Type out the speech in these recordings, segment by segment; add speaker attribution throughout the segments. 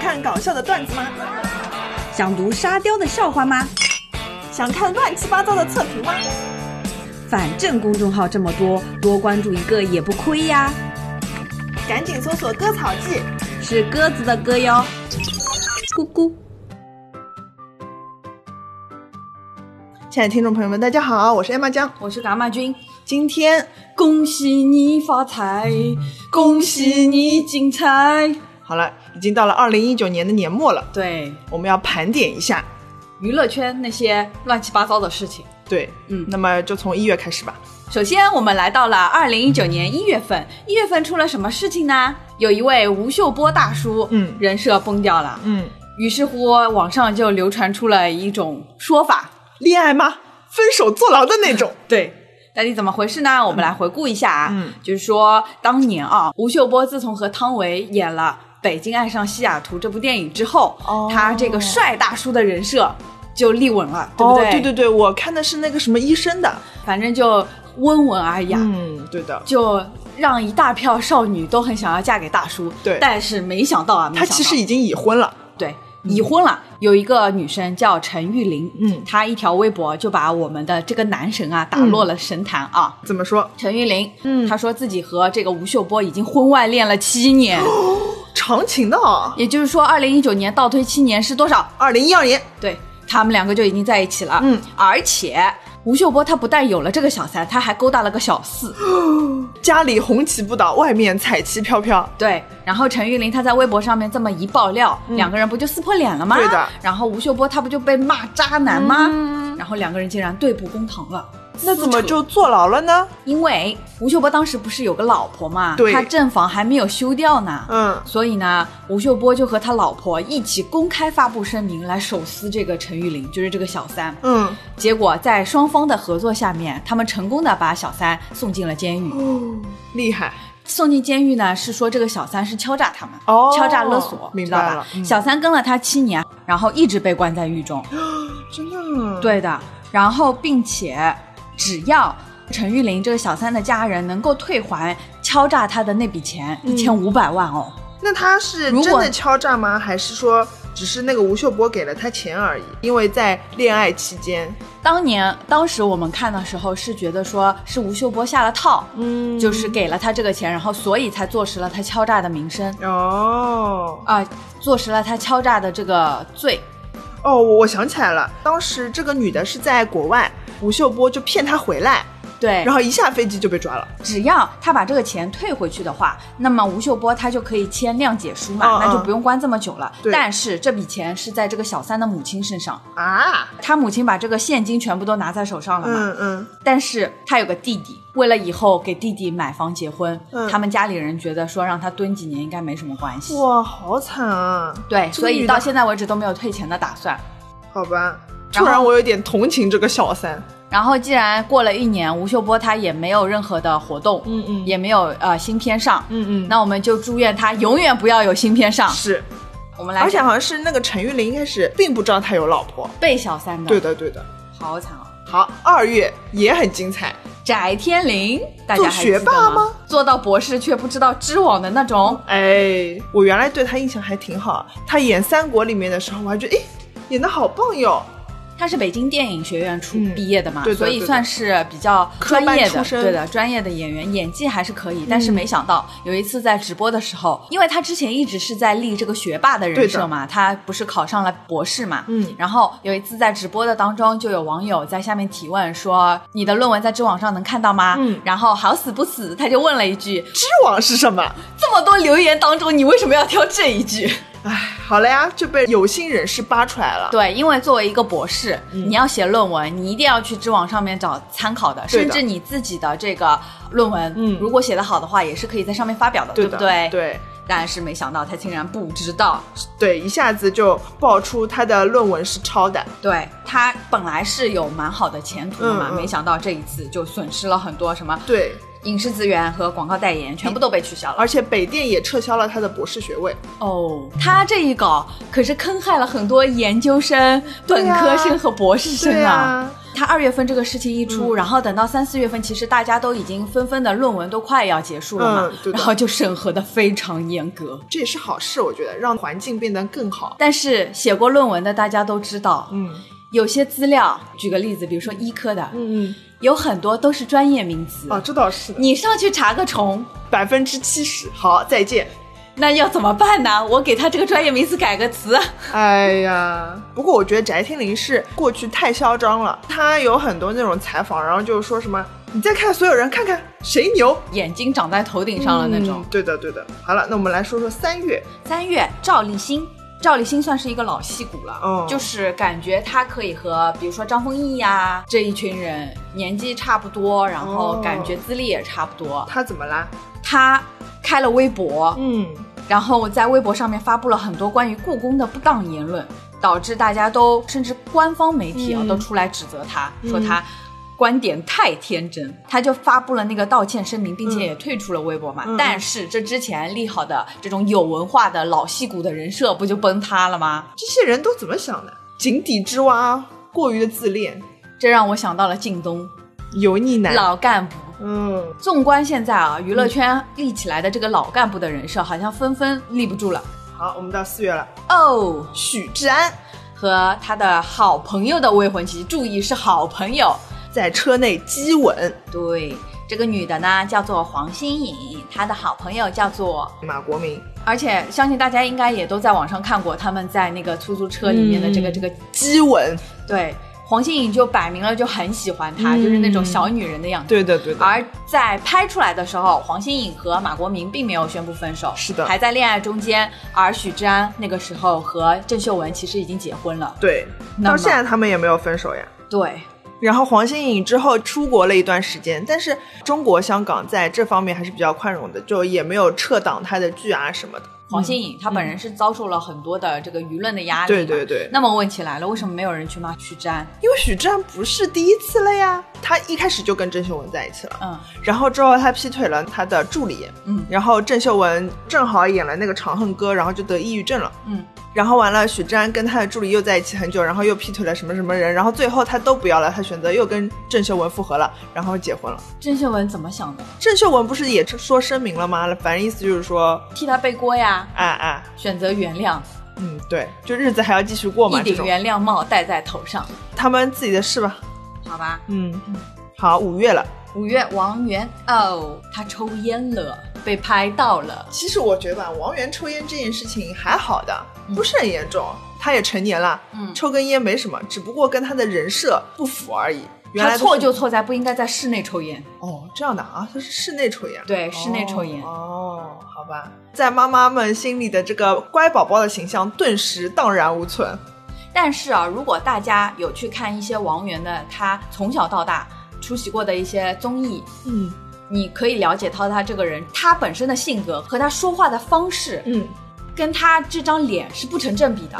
Speaker 1: 看搞笑的段子吗？
Speaker 2: 想读沙雕的笑话吗？
Speaker 1: 想看乱七八糟的测评吗？
Speaker 2: 反正公众号这么多，多关注一个也不亏呀。
Speaker 1: 赶紧搜索“割草记
Speaker 2: 是鸽子的歌哟，咕咕。”。
Speaker 1: 亲爱的听众朋友们，大家好，我是艾玛江。
Speaker 2: 我是蛤蟆君，
Speaker 1: 今天
Speaker 2: 恭喜你发财，恭喜你精彩。
Speaker 1: 好了，已经到了二零一九年的年末了，
Speaker 2: 对，
Speaker 1: 我们要盘点一下。
Speaker 2: 娱乐圈那些乱七八糟的事情。
Speaker 1: 对，
Speaker 2: 嗯
Speaker 1: 那么就从一月开始吧。
Speaker 2: 首先，我们来到了二零一九年一月份，一月份出了什么事情呢？有一位吴秀波大叔，
Speaker 1: 嗯
Speaker 2: 人设崩掉了，
Speaker 1: 嗯，
Speaker 2: 于是乎网上就流传出了一种说法，
Speaker 1: 恋爱吗？分手坐牢的那种。
Speaker 2: 对，到底怎么回事呢？我们来回顾一下啊，
Speaker 1: 嗯
Speaker 2: 就是说当年啊，吴秀波自从和汤唯演了《北京爱上西雅图》这部电影之后，
Speaker 1: 哦
Speaker 2: 他这个帅大叔的人设就立稳了， 对不对？
Speaker 1: 哦，对对对，我看的是那个什么医生的。
Speaker 2: 反正就温文尔雅，
Speaker 1: 嗯，对的。
Speaker 2: 就让一大票少女都很想要嫁给大叔。
Speaker 1: 对
Speaker 2: 但是没想到啊，没
Speaker 1: 他
Speaker 2: 想到
Speaker 1: 其实已经已婚了。
Speaker 2: 对。已婚了，有一个女生叫陈玉玲，
Speaker 1: 嗯
Speaker 2: 她一条微博就把我们的这个男神啊打落了神坛啊。
Speaker 1: 怎么说？
Speaker 2: 陈玉玲，
Speaker 1: 嗯
Speaker 2: 她说自己和这个吴秀波已经婚外恋了七 年，
Speaker 1: 长情的啊。
Speaker 2: 也就是说，二零一九年倒推七年是多少？
Speaker 1: 二零一二年，
Speaker 2: 对他们两个就已经在一起了，
Speaker 1: 嗯，
Speaker 2: 而且吴秀波他不但有了这个小三，他还勾搭了个小四，
Speaker 1: 家里红旗不倒，外面彩旗飘飘。
Speaker 2: 对。然后陈玉玲她在微博上面这么一爆料，两个人不就撕破脸了吗？
Speaker 1: 嗯对的。嗯
Speaker 2: 然后吴秀波他不就被骂渣男吗？然后两个人竟然对簿公堂了。
Speaker 1: 那怎么
Speaker 2: 撕扯
Speaker 1: 就坐牢了呢？
Speaker 2: 因为吴秀波当时不是有个老婆嘛，
Speaker 1: 对
Speaker 2: 他正房还没有休掉呢，
Speaker 1: 嗯
Speaker 2: 所以呢，吴秀波就和他老婆一起公开发布声明来手撕这个陈玉玲，就是这个小三。
Speaker 1: 嗯，
Speaker 2: 结果在双方的合作下面，他们成功的把小三送进了监狱。
Speaker 1: 厉害。
Speaker 2: 送进监狱呢，是说这个小三是敲诈他们，
Speaker 1: 哦
Speaker 2: 敲诈勒索，
Speaker 1: 明
Speaker 2: 知道
Speaker 1: 白
Speaker 2: 吧
Speaker 1: 了？嗯
Speaker 2: 小三跟了他七年，然后一直被关在狱中。
Speaker 1: 真的，
Speaker 2: 对的，然后并且只要陈玉玲这个小三的家人能够退还敲诈她的那笔钱
Speaker 1: 嗯
Speaker 2: 一千五百万哦，
Speaker 1: 那他是
Speaker 2: 如
Speaker 1: 真
Speaker 2: 果
Speaker 1: 的敲诈吗？还是说只是那个吴秀波给了他钱而已？因为在恋爱期间，
Speaker 2: 当年当时我们看的时候是觉得说是吴秀波下了套，
Speaker 1: 嗯
Speaker 2: 就是给了他这个钱，然后所以才坐实了他敲诈的名声
Speaker 1: 哦
Speaker 2: 啊、坐实了他敲诈的这个罪。
Speaker 1: 哦，我我想起来了，当时这个女的是在国外，吴秀波就骗她回来，
Speaker 2: 对，
Speaker 1: 然后一下飞机就被抓了。
Speaker 2: 只要他把这个钱退回去的话，那么吴秀波他就可以签谅解书嘛，
Speaker 1: 嗯嗯
Speaker 2: 那就不用关这么久了。
Speaker 1: 对
Speaker 2: 但是这笔钱是在这个小三的母亲身上，
Speaker 1: 啊，
Speaker 2: 他母亲把这个现金全部都拿在手上了嘛。
Speaker 1: 嗯嗯，
Speaker 2: 但是他有个弟弟，为了以后给弟弟买房结婚，
Speaker 1: 嗯
Speaker 2: 他们家里人觉得说让他蹲几年应该没什么关系。
Speaker 1: 哇，好惨啊！
Speaker 2: 对，
Speaker 1: 这个
Speaker 2: 所以
Speaker 1: 女的
Speaker 2: 到现在为止都没有退钱的打算。
Speaker 1: 好吧，突
Speaker 2: 然后
Speaker 1: 然我有点同情这个小三。
Speaker 2: 然后既然过了一年，吴秀波他也没有任何的活动，
Speaker 1: 嗯嗯
Speaker 2: 也没有呃新片上，
Speaker 1: 嗯
Speaker 2: 那我们就祝愿他永远不要有新片上。
Speaker 1: 是，
Speaker 2: 我们来，
Speaker 1: 而且好像是那个陈玉玲一开始并不知道他有老婆。
Speaker 2: 被小三的，
Speaker 1: 对，的，对的。
Speaker 2: 好惨哦。
Speaker 1: 好，二月也很精彩，
Speaker 2: 翟天临，大家还记得
Speaker 1: 做学霸吗？
Speaker 2: 做到博士却不知道知网的那种，
Speaker 1: 哎，我原来对他印象还挺好，他演《三国》里面的时候，我还觉得，哎，演的好棒哟。
Speaker 2: 他是北京电影学院出
Speaker 1: 嗯
Speaker 2: 毕业的嘛，
Speaker 1: 对的
Speaker 2: 所以
Speaker 1: 对的
Speaker 2: 算是比较
Speaker 1: 科
Speaker 2: 专
Speaker 1: 班
Speaker 2: 业
Speaker 1: 出
Speaker 2: 的，
Speaker 1: 身
Speaker 2: 对的，专业的演员，演技还是可以。但是没想到有一次在直播的时候，因为他之前一直是在立这个学霸的人设嘛，他不是考上了博士嘛，
Speaker 1: 嗯
Speaker 2: 然后有一次在直播的当中，就有网友在下面提问说：“你的论文在知网上能看到吗？”
Speaker 1: 嗯
Speaker 2: 然后好死不死，他就问了一句
Speaker 1: 知网是什么？：“
Speaker 2: 这么多留言当中，你为什么要挑这一句？”
Speaker 1: 哎，好了呀，就被有心人士扒出来了。
Speaker 2: 对，因为作为一个博士，
Speaker 1: 嗯
Speaker 2: 你要写论文，你一定要去知网上面找参考的，
Speaker 1: 对
Speaker 2: 甚
Speaker 1: 的
Speaker 2: 至你自己的这个论文，
Speaker 1: 嗯
Speaker 2: 如果写得好的话，也是可以在上面发表的，
Speaker 1: 对
Speaker 2: 不
Speaker 1: 的，
Speaker 2: 对？。
Speaker 1: 对
Speaker 2: 但是没想到他竟然不知道，
Speaker 1: 对，一下子就爆出他的论文是抄的。
Speaker 2: 对他本来是有蛮好的前途的嘛，
Speaker 1: 嗯嗯
Speaker 2: 没想到这一次就损失了很多什么
Speaker 1: 对，
Speaker 2: 影视资源和广告代言，全部都被取 消了。
Speaker 1: 而且北电也撤销了他的博士学位。
Speaker 2: 哦，他这一搞可是坑害了很多研究生、
Speaker 1: 对
Speaker 2: 本
Speaker 1: 呀
Speaker 2: 科生和博士生
Speaker 1: 对
Speaker 2: 啊。
Speaker 1: 啊，
Speaker 2: 他二月份这个事情一
Speaker 1: 嗯
Speaker 2: 出，然后等到三四月份，其实大家都已经纷纷的论文都快要结束了嘛
Speaker 1: 嗯，对的
Speaker 2: 然后就审核的非常严格。
Speaker 1: 这也是好事，我觉得让环境变得更好。
Speaker 2: 但是写过论文的大家都知道，
Speaker 1: 嗯
Speaker 2: 有些资料，举个例子，比如说医科的，
Speaker 1: 嗯
Speaker 2: 有很多都是专业名词，
Speaker 1: 嗯，啊，这倒是的，
Speaker 2: 你上去查个虫，
Speaker 1: 百分之七十。好，再 见。
Speaker 2: 那要怎么办呢？我给他这个专业名词改个词。
Speaker 1: 哎呀，不过我觉得翟天临是过去太嚣张了，他有很多那种采访，然后就是说什么，你再看所有人看看谁牛
Speaker 2: 眼睛长在头顶上了那种
Speaker 1: 嗯。对的，对的。好了，那我们来说说三月，
Speaker 2: 三月，赵立新。赵立新算是一个老戏骨了，
Speaker 1: 嗯
Speaker 2: 就是感觉他可以和比如说张丰毅呀、这一群人年纪差不多，然后
Speaker 1: 哦
Speaker 2: 感觉资历也差不多。
Speaker 1: 他怎么啦？
Speaker 2: 他开了微博，
Speaker 1: 嗯，
Speaker 2: 然后在微博上面发布了很多关于故宫的不当言论，导致大家都甚至官方媒体啊、
Speaker 1: 嗯
Speaker 2: 都出来指责他，说他观点太天真。他就发布了那个道歉声明，并且也退出了微博嘛。
Speaker 1: 嗯
Speaker 2: 但是这之前立好的这种有文化的老戏骨的人设不就崩塌了吗？
Speaker 1: 这些人都怎么想的？井底之蛙，过于的自恋，
Speaker 2: 这让我想到了靳东
Speaker 1: 油腻男。
Speaker 2: 老干部。
Speaker 1: 嗯，
Speaker 2: 纵观现在啊，娱乐圈立起来的这个老干部的人设，好像纷纷立不住了
Speaker 1: 好，我们到四月了，
Speaker 2: 哦。
Speaker 1: 许志安
Speaker 2: 和他的好朋友的未婚妻，注意是好朋友。
Speaker 1: 在车内激吻
Speaker 2: 对，这个女的呢叫做黄心颖，她的好朋友叫做，
Speaker 1: 马国明，
Speaker 2: 而且相信大家应该也都在网上看过他们在那个出租车里面的这个、
Speaker 1: 嗯
Speaker 2: 这个，
Speaker 1: 激吻，
Speaker 2: 对，黄心颖就摆明了就很喜欢他，
Speaker 1: 嗯
Speaker 2: 就是那种小女人的样子。
Speaker 1: 对的对的，
Speaker 2: 而在拍出来的时候，黄心颖和马国明并没有宣布分手，
Speaker 1: 是的
Speaker 2: 还在恋爱中间。而许志安那个时候和郑秀文其实已经结婚了，
Speaker 1: 对，到
Speaker 2: 那么
Speaker 1: 现在他们也没有分手呀。
Speaker 2: 对，
Speaker 1: 然后黄心颖之后出国了一段时间，但是中国香港在这方面还是比较宽容的，就也没有撤档她的剧啊什么的。
Speaker 2: 黄心颖她本人是遭受了很多的这个舆论的压力嘛、
Speaker 1: 嗯对对对，
Speaker 2: 那么问题来了，为什么没有人去骂徐峥？
Speaker 1: 因为许志安不是第一次了呀，她一开始就跟郑秀文在一起了，
Speaker 2: 嗯
Speaker 1: 然后之后她劈腿了她的助理，
Speaker 2: 嗯
Speaker 1: 然后郑秀文正好演了那个《长恨歌》，然后就得抑郁症了。
Speaker 2: 嗯，
Speaker 1: 然后完了，许志安跟他的助理又在一起很久，然后又劈腿了什么什么人，然后最后他都不要了，他选择又跟郑秀文复合了，然后结婚了。
Speaker 2: 郑秀文怎么想的？
Speaker 1: 郑秀文不是也说声明了吗？反正意思就是说，
Speaker 2: 替他背锅呀？
Speaker 1: 啊啊，
Speaker 2: 选择原谅，
Speaker 1: 嗯，对，就日子还要继续过嘛，
Speaker 2: 一
Speaker 1: 这
Speaker 2: 顶
Speaker 1: 种
Speaker 2: 原谅帽戴在头上，
Speaker 1: 他们自己的事吧。
Speaker 2: 好吧？
Speaker 1: 嗯，好，五月了。
Speaker 2: 五月王源哦，他抽烟了，被拍到了。
Speaker 1: 其实我觉得吧，王源抽烟这件事情还好的，不是很严重。他也成年了，
Speaker 2: 嗯
Speaker 1: 抽根烟没什么，只不过跟他的人设不符而已。原来
Speaker 2: 他
Speaker 1: 都是
Speaker 2: 错就错在不应该在室内抽烟。
Speaker 1: 哦，这样的啊，他是室内抽烟，
Speaker 2: 对室内抽烟
Speaker 1: 哦，哦好吧，在妈妈们心里的这个乖宝宝的形象顿时荡然无存。
Speaker 2: 但是啊，如果大家有去看一些王源的他从小到大出席过的一些综艺，
Speaker 1: 嗯
Speaker 2: 你可以了解到他这个人，他本身的性格和他说话的方式，
Speaker 1: 嗯，
Speaker 2: 跟他这张脸是不成正比的。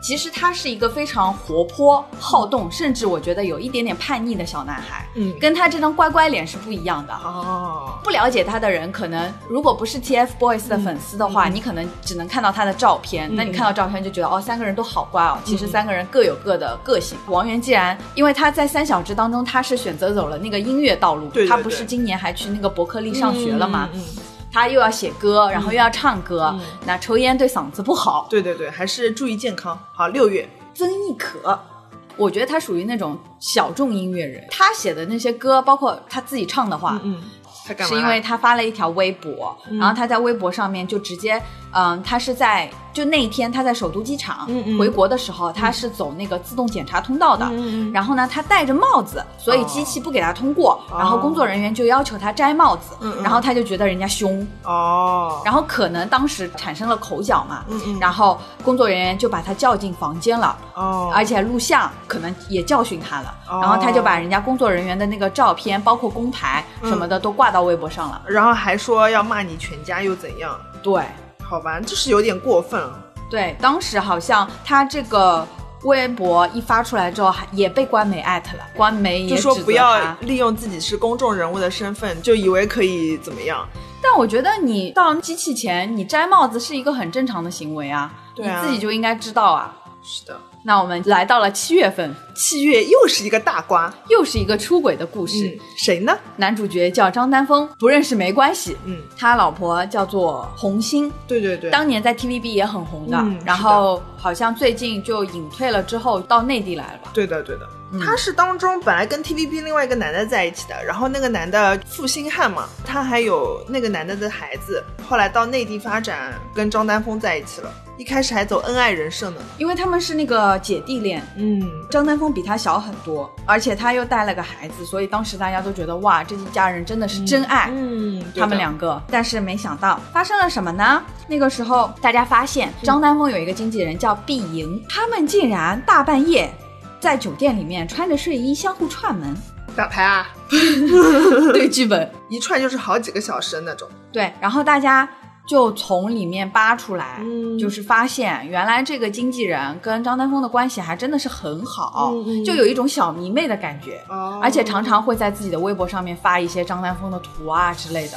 Speaker 2: 其实他是一个非常活泼、好动，甚至我觉得有一点点叛逆的小男孩，
Speaker 1: 嗯
Speaker 2: 跟他这张乖乖脸是不一样的。
Speaker 1: 哦，
Speaker 2: 不了解他的人，可能如果不是
Speaker 1: 嗯
Speaker 2: TFBOYS 的粉丝的话，你可能只能看到他的照片。那你看到照片就
Speaker 1: 嗯
Speaker 2: 觉得哦，三个人都好乖哦。其实三个人各有各的个性。王源既然因为他在三小只当中，他是选择走了那个音乐道路，
Speaker 1: 对对
Speaker 2: 他不
Speaker 1: 对
Speaker 2: 是今年还去那个伯克利上学了吗？
Speaker 1: 嗯嗯嗯
Speaker 2: 他又要写歌，然后又要唱歌，那抽烟对嗓子不好。
Speaker 1: 对对对，还是注意健康。好，六月，
Speaker 2: 曾轶可，我觉得他属于那种小众音乐人，他写的那些歌，包括他自己唱的话，
Speaker 1: 嗯，他干嘛嗯
Speaker 2: 是
Speaker 1: 啦？
Speaker 2: 因为他发了一条微博，然后他在微博上面就直接，嗯，他是在就那一天他在首都机场、
Speaker 1: 嗯嗯
Speaker 2: 回国的时候，他是走那个自动检查通道的，
Speaker 1: 嗯嗯嗯
Speaker 2: 然后呢，他戴着帽子，所以机器不给他通过，然后工作人员就要求他摘帽子，
Speaker 1: 哦嗯嗯
Speaker 2: 然后他就觉得人家凶，
Speaker 1: 哦，
Speaker 2: 然后可能当时产生了口角嘛，
Speaker 1: 嗯嗯
Speaker 2: 然后工作人员就把他叫进房间了。
Speaker 1: 哦，
Speaker 2: 而且录像可能也教训他了，
Speaker 1: 哦
Speaker 2: 然后他就把人家工作人员的那个照片，包括工牌
Speaker 1: 嗯
Speaker 2: 什么的都挂到微博上了。
Speaker 1: 然后还说要骂你全家又怎样？
Speaker 2: 对
Speaker 1: 好吧，这是有点过分啊了。
Speaker 2: 对，当时好像他这个微博一发出来之后，还也被官媒艾特了，官媒也
Speaker 1: 就说
Speaker 2: 指责
Speaker 1: 不要
Speaker 2: 他
Speaker 1: 利用自己是公众人物的身份，就以为可以怎么样？
Speaker 2: 但我觉得你到机器前，你摘帽子是一个很正常的行为啊，
Speaker 1: 对啊
Speaker 2: 你自己就应该知道啊。
Speaker 1: 是的，
Speaker 2: 那我们来到了七月份，
Speaker 1: 七月又是一个大瓜，
Speaker 2: 又是一个出轨的故事。
Speaker 1: 嗯，谁呢？
Speaker 2: 男主角叫张丹峰，不认识没关系。
Speaker 1: 嗯，
Speaker 2: 他老婆叫做红星，
Speaker 1: 对对对，
Speaker 2: 当年在 TVB 也很红的，
Speaker 1: 嗯
Speaker 2: 然
Speaker 1: 是的
Speaker 2: 后好像最近就隐退了，之后到内地来了吧？
Speaker 1: 对的对的。他是当中本来跟 TVB 另外一个男的在一起的，然后那个男的负心汉嘛，他还有那个男的的孩子，后来到内地发展，跟张丹峰在一起了。一开始还走恩爱人设呢，
Speaker 2: 因为他们是那个姐弟恋，
Speaker 1: 嗯，
Speaker 2: 张丹峰比他小很多，而且他又带了个孩子，所以当时大家都觉得哇，这一家人真的是真爱。
Speaker 1: 嗯，对的
Speaker 2: 他们两个，但是没想到发生了什么呢？那个时候，大家发
Speaker 1: 嗯
Speaker 2: 现张丹峰有一个经纪人叫毕莹，他们竟然大半夜在酒店里面穿着睡衣相互串 门，
Speaker 1: 打牌啊，
Speaker 2: 对剧本，
Speaker 1: 一串就是好几个小时的那种，
Speaker 2: 对，然后大家就从里面扒出来，
Speaker 1: 嗯
Speaker 2: 就是发现原来这个经纪人跟张丹峰的关系还真的是很好，
Speaker 1: 嗯嗯
Speaker 2: 就有一种小迷妹的感觉，
Speaker 1: 哦
Speaker 2: 而且常常会在自己的微博上面发一些张丹峰的图啊之类的。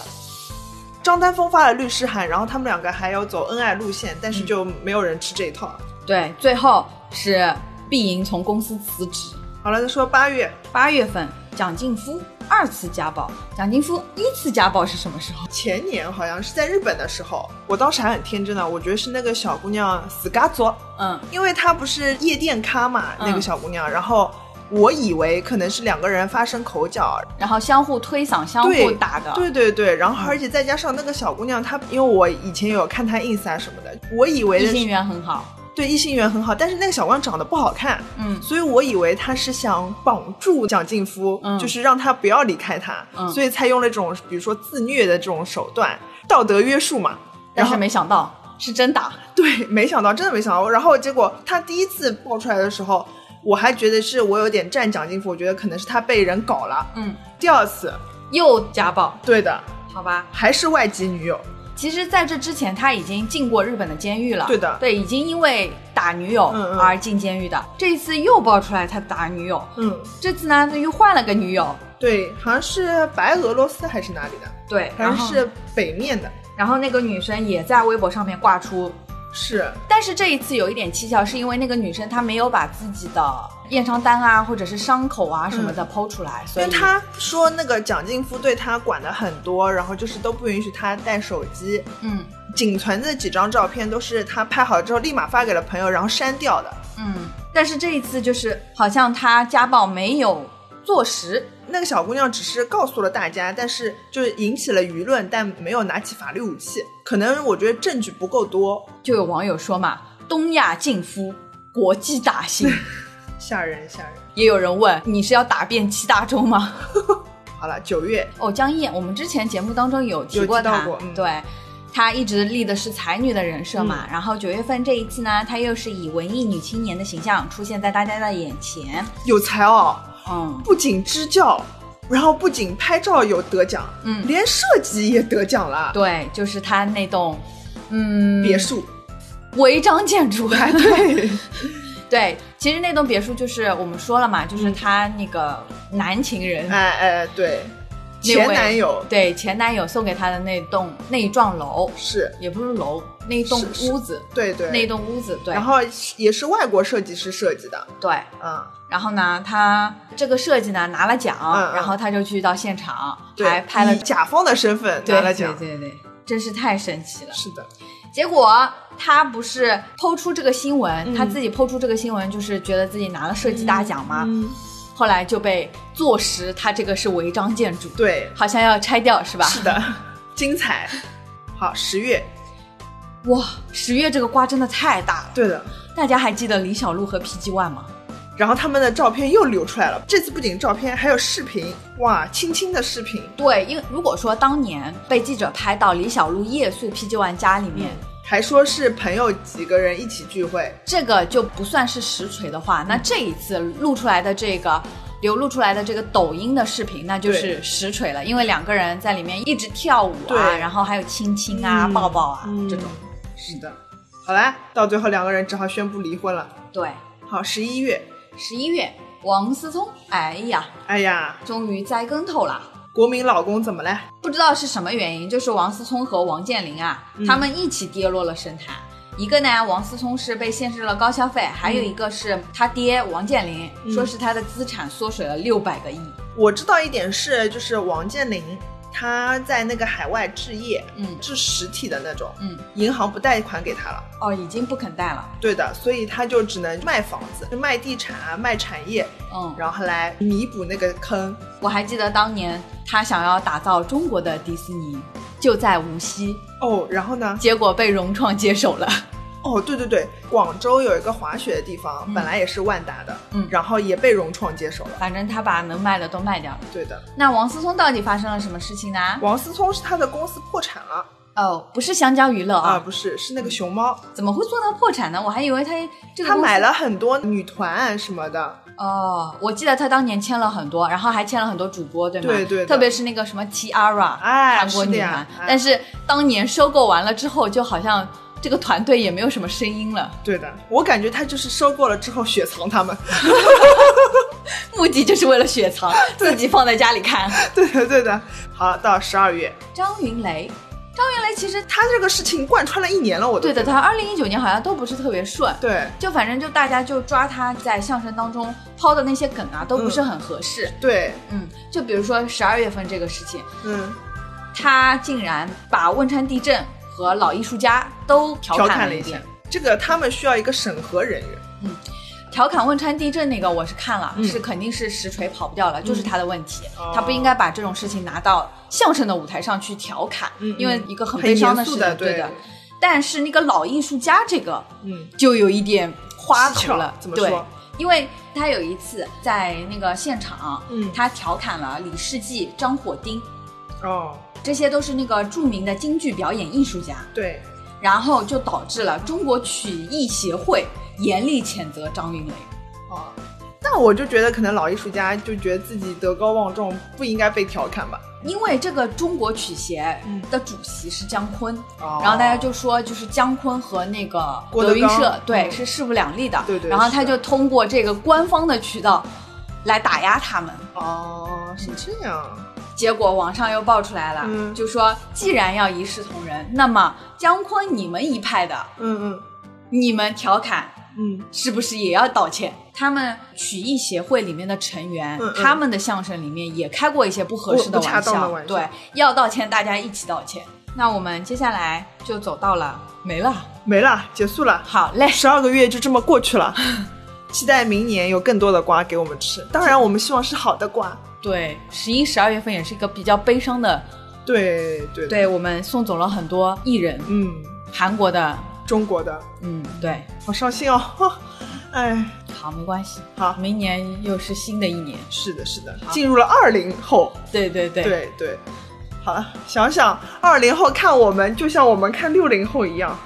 Speaker 1: 张丹峰发了律师函，然后他们两个还要走恩爱路线，但是就没有人吃这一套。
Speaker 2: 对，最后是毕莹从公司辞职。
Speaker 1: 好了，再说八月，
Speaker 2: 八月份，蒋劲夫二次家暴。蒋劲夫一次家暴是什么时候？
Speaker 1: 前年好像是在日本的时候，我当时还很天真呢，我觉得是那个小姑娘死嘎作，
Speaker 2: 嗯，
Speaker 1: 因为她不是夜店咖嘛，
Speaker 2: 嗯
Speaker 1: 那个小姑娘，然后我以为可能是两个人发生口角，
Speaker 2: 然后相互推搡、相互
Speaker 1: 对
Speaker 2: 打的。
Speaker 1: 对对对，然
Speaker 2: 嗯
Speaker 1: 后而且再加上那个小姑娘，她因为我以前有看她 ins 啊什么的，我以为
Speaker 2: 异
Speaker 1: 的
Speaker 2: 性
Speaker 1: 是
Speaker 2: 缘很好。
Speaker 1: 对异性缘很好，但是那个小姑娘长得不好看，
Speaker 2: 嗯，
Speaker 1: 所以我以为他是想绑住蒋劲夫，
Speaker 2: 嗯
Speaker 1: 就是让他不要离开他，
Speaker 2: 嗯
Speaker 1: 所以才用了这种比如说自虐的这种手段，道德约束嘛。
Speaker 2: 但
Speaker 1: 然
Speaker 2: 是
Speaker 1: 后
Speaker 2: 没想到是真打。
Speaker 1: 对，没想到，真的没想到。然后结果他第一次爆出来的时候，我还觉得是我有点站蒋劲夫，我觉得可能是他被人搞了。
Speaker 2: 嗯，
Speaker 1: 第二次，
Speaker 2: 又家暴，
Speaker 1: 对的，
Speaker 2: 好吧？
Speaker 1: 还是外籍女友，
Speaker 2: 其实，在这之前他已经进过日本的监狱了。
Speaker 1: 对的
Speaker 2: 对，已经因为打女友
Speaker 1: 嗯嗯
Speaker 2: 而进监狱的。这一次又爆出来他打女友，
Speaker 1: 嗯，
Speaker 2: 这次呢他又换了个女友。
Speaker 1: 对，好像是白俄罗斯还是哪里的，
Speaker 2: 对，
Speaker 1: 反
Speaker 2: 然
Speaker 1: 正
Speaker 2: 后
Speaker 1: 是北面的，
Speaker 2: 然后那个女生也在微博上面挂出
Speaker 1: 是
Speaker 2: 但是这一次有一点蹊跷，是因为那个女生她没有把自己的验伤单啊，或者是伤口啊什么的剖出来，所
Speaker 1: 嗯因
Speaker 2: 以
Speaker 1: 为他说那个蒋劲夫对他管的很多，然后就是都不允许他带手机，
Speaker 2: 嗯
Speaker 1: 仅存的几张照片都是他拍好之后立马发给了朋友，然后删掉的。
Speaker 2: 嗯。但是这一次就是好像她家暴没有坐实，
Speaker 1: 那个小姑娘只是告诉了大家，但是就是引起了舆论，但没有拿起法律武器。可能我觉得证据不够多，
Speaker 2: 就有网友说嘛，东亚劲夫国际打星，
Speaker 1: 吓人吓人。
Speaker 2: 也有人问你是要打遍七大洲吗？
Speaker 1: 好了，九月，
Speaker 2: 哦，江一燕，我们之前节目当中有提
Speaker 1: 有
Speaker 2: 过
Speaker 1: 提到
Speaker 2: 她，
Speaker 1: 过嗯
Speaker 2: 对。她一直立的是才女的人设嘛，然后九月份这一次呢，她又是以文艺女青年的形象出现在大家的眼前。
Speaker 1: 有才哦，
Speaker 2: 嗯，
Speaker 1: 不仅支教，然后不仅拍照有得奖，
Speaker 2: 嗯
Speaker 1: 连设计也得奖了。
Speaker 2: 对，就是她那栋，嗯，
Speaker 1: 别墅，
Speaker 2: 违章建筑。啊
Speaker 1: 哎， 对，
Speaker 2: 对，其实那栋别墅就是我们说了嘛，就是她那个男情人，
Speaker 1: 嗯哎哎，对，
Speaker 2: 那
Speaker 1: 前
Speaker 2: 位
Speaker 1: 男友
Speaker 2: 对前男友送给她的那栋那一幢楼，
Speaker 1: 是，
Speaker 2: 也不是楼，那一栋
Speaker 1: 是是
Speaker 2: 屋子，
Speaker 1: 对对，
Speaker 2: 那一栋屋子，对，
Speaker 1: 然后也是外国设计师设计的，
Speaker 2: 对。
Speaker 1: 啊、
Speaker 2: 然后呢，他这个设计呢拿了奖，
Speaker 1: 嗯嗯
Speaker 2: 然后他就去到现场，
Speaker 1: 对，
Speaker 2: 还拍了
Speaker 1: 以甲方的身份
Speaker 2: 对
Speaker 1: 拿了奖，
Speaker 2: 对对对，真是太神奇了。
Speaker 1: 是的，
Speaker 2: 结果他不是抛出这个新闻，
Speaker 1: 嗯
Speaker 2: 他自己抛出这个新闻，就是觉得自己拿了设计大奖嘛，
Speaker 1: 嗯，
Speaker 2: 后来就被坐实他这个是违章建筑，
Speaker 1: 对，
Speaker 2: 好像要拆掉是吧？
Speaker 1: 是的， 精彩。好，十月，
Speaker 2: 哇，十月这个瓜真的太大了，
Speaker 1: 对的。
Speaker 2: 大家还记得李小璐和 PG One 吗？
Speaker 1: 然后他们的照片又流出来了，这次不仅照片，还有视频，哇，亲亲的视频，
Speaker 2: 对，因为如果说当年被记者拍到李小璐夜宿 PG One 家里面，
Speaker 1: 还说是朋友几个人一起聚会，
Speaker 2: 这个就不算是实锤的
Speaker 1: 嗯
Speaker 2: 话，那这一次录出来的这个。流露出来的这个抖音的视频，那就是实锤了，因为两个人在里面一直跳舞啊，
Speaker 1: 对
Speaker 2: 然后还有亲亲啊、
Speaker 1: 嗯
Speaker 2: 抱抱啊、
Speaker 1: 嗯
Speaker 2: 这种。
Speaker 1: 是的。好啦，到最后两个人只好宣布离婚了。
Speaker 2: 对，
Speaker 1: 好，十一月，
Speaker 2: 十一月，王思聪，哎呀，
Speaker 1: 哎呀，
Speaker 2: 终于栽跟头了。
Speaker 1: 国民老公怎么了？
Speaker 2: 不知道是什么原因，就是王思聪和王健林啊，
Speaker 1: 嗯
Speaker 2: 他们一起跌落了神坛。一个呢，王思聪是被限制了高消费，还
Speaker 1: 嗯
Speaker 2: 有一个是他爹王健林，说是他的资产缩水了六百个亿。
Speaker 1: 我知道一点是，就是王健林他在那个海外置业，
Speaker 2: 嗯
Speaker 1: 置实体的那种，
Speaker 2: 嗯，
Speaker 1: 银行不贷款给他了。
Speaker 2: 哦，已经不肯贷了。
Speaker 1: 对的，所以他就只能卖房子、就卖地产啊、卖产业，
Speaker 2: 嗯，
Speaker 1: 然后来弥补那个坑。
Speaker 2: 我还记得当年他想要打造中国的迪士尼，就在无锡，
Speaker 1: 哦，然后呢？
Speaker 2: 结果被融创接手了。
Speaker 1: 哦，对对对，广州有一个滑雪的地方，
Speaker 2: 嗯
Speaker 1: 本来也是万达的，
Speaker 2: 嗯
Speaker 1: 然后也被融创接手了。
Speaker 2: 反正他把能卖的都卖掉了。
Speaker 1: 对的，
Speaker 2: 那王思聪到底发生了什么事情呢？
Speaker 1: 王思聪是他的公司破产了
Speaker 2: 哦，不是香蕉娱乐
Speaker 1: 啊，
Speaker 2: 啊，
Speaker 1: 不是，是那个熊猫，
Speaker 2: 怎么会做到破产呢？我还以为啊他这个
Speaker 1: 他
Speaker 2: 公司
Speaker 1: 买了很多女团啊什么的。
Speaker 2: 哦，我记得他当年签了很多，然后还签了很多主播，对啊吗？
Speaker 1: 对对的
Speaker 2: 特别是那个什么 Tiara，
Speaker 1: 哎
Speaker 2: 韩国
Speaker 1: 是的
Speaker 2: 女
Speaker 1: 呀
Speaker 2: 团
Speaker 1: 哎。
Speaker 2: 但是当年收购完了之后，就好像这个团队也没有什么声音了，
Speaker 1: 对的，我感觉他就是收购了之后雪藏他们。
Speaker 2: 目的就是为了雪 藏，自己放在家里看。
Speaker 1: 对的，对的。好，到十二月，
Speaker 2: 张云雷，张云雷其实
Speaker 1: 他这个事情贯穿了一年了，我都
Speaker 2: 对的，他二零一九年好像都不是特别顺。
Speaker 1: 对
Speaker 2: 就反正就大家就抓他在相声当中抛的那些梗啊，都不是很合适。
Speaker 1: 对，
Speaker 2: 嗯，就比如说十二月份这个事情，
Speaker 1: 嗯，
Speaker 2: 他竟然把汶川地震和老艺术家都调
Speaker 1: 调
Speaker 2: 侃
Speaker 1: 侃
Speaker 2: 了
Speaker 1: 了
Speaker 2: 一
Speaker 1: 一下
Speaker 2: 遍。。
Speaker 1: 这个他们需要一个审核人员，
Speaker 2: 调侃汶川地震那个我是看了，
Speaker 1: 嗯
Speaker 2: 是肯定是实锤跑不掉了，就是他的问题，
Speaker 1: 哦
Speaker 2: 他不应该把这种事情拿到相声的舞台上去调侃，
Speaker 1: 嗯
Speaker 2: 因为
Speaker 1: 嗯
Speaker 2: 一个
Speaker 1: 很
Speaker 2: 悲伤
Speaker 1: 严
Speaker 2: 事
Speaker 1: 肃
Speaker 2: 情，
Speaker 1: 的
Speaker 2: 对的
Speaker 1: 对。
Speaker 2: 但是那个老艺术家这个
Speaker 1: 嗯，
Speaker 2: 就有一点花
Speaker 1: 蹊
Speaker 2: 头
Speaker 1: 跷
Speaker 2: 了，
Speaker 1: 怎么
Speaker 2: 对
Speaker 1: 说？
Speaker 2: 因为他有一次在那个现场，
Speaker 1: 嗯
Speaker 2: 他调侃了李世济、张火丁，
Speaker 1: 哦，
Speaker 2: 这些都是那个著名的京剧表演艺术家。
Speaker 1: 对，
Speaker 2: 然后就导致了中国曲艺协会严厉谴责张云雷。
Speaker 1: 哦，那我就觉得可能老艺术家就觉得自己德高望重，不应该被调侃吧。
Speaker 2: 因为这个中国曲协
Speaker 1: 嗯
Speaker 2: 的主席是姜昆，
Speaker 1: 哦
Speaker 2: 然后大家就说就是姜昆和那个
Speaker 1: 郭德
Speaker 2: 德
Speaker 1: 纲
Speaker 2: 云社对、
Speaker 1: 嗯
Speaker 2: 是势不两立的，
Speaker 1: 对对
Speaker 2: 然后他
Speaker 1: 是的
Speaker 2: 就通过这个官方的渠道来打压他们，
Speaker 1: 哦，是这样，
Speaker 2: 结果网上又爆出来了，
Speaker 1: 嗯
Speaker 2: 就说既然要一视同仁，那么姜昆你们一派的，
Speaker 1: 嗯嗯
Speaker 2: 你们调侃
Speaker 1: 嗯，
Speaker 2: 是不是也要道歉？他们曲艺协会里面的成员，
Speaker 1: 嗯嗯
Speaker 2: 他们的相声里面也开过一些不合适的
Speaker 1: 不不恰
Speaker 2: 玩笑，
Speaker 1: 当的玩笑
Speaker 2: 对，要道歉，大家一起道歉。那我们接下来就走到了没了，
Speaker 1: 没了，结束了，
Speaker 2: 好嘞，
Speaker 1: 十二个月就这么过去了。期待明年有更多的瓜给我们吃，当然我们希望是好的瓜。
Speaker 2: 对，十一、十二月份也是一个比较悲伤的，
Speaker 1: 对对，
Speaker 2: 对我们送走了很多艺人，
Speaker 1: 嗯，
Speaker 2: 韩国的，
Speaker 1: 中国的
Speaker 2: 嗯，对，
Speaker 1: 好伤心哦， 哎，
Speaker 2: 好，没关系，
Speaker 1: 好
Speaker 2: 明年又是新的一年，
Speaker 1: 是的，是的，进入了二零后，
Speaker 2: 对对对，
Speaker 1: 对对，好了，想想二零后看我们，就像我们看六零后一样，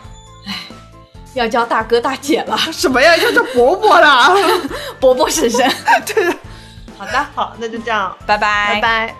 Speaker 2: 要叫大哥大姐了，
Speaker 1: 什么呀，就叫伯伯啦。
Speaker 2: 伯伯婶婶，
Speaker 1: 对，
Speaker 2: 好的，
Speaker 1: 好，那就这样，
Speaker 2: 拜拜
Speaker 1: 拜。拜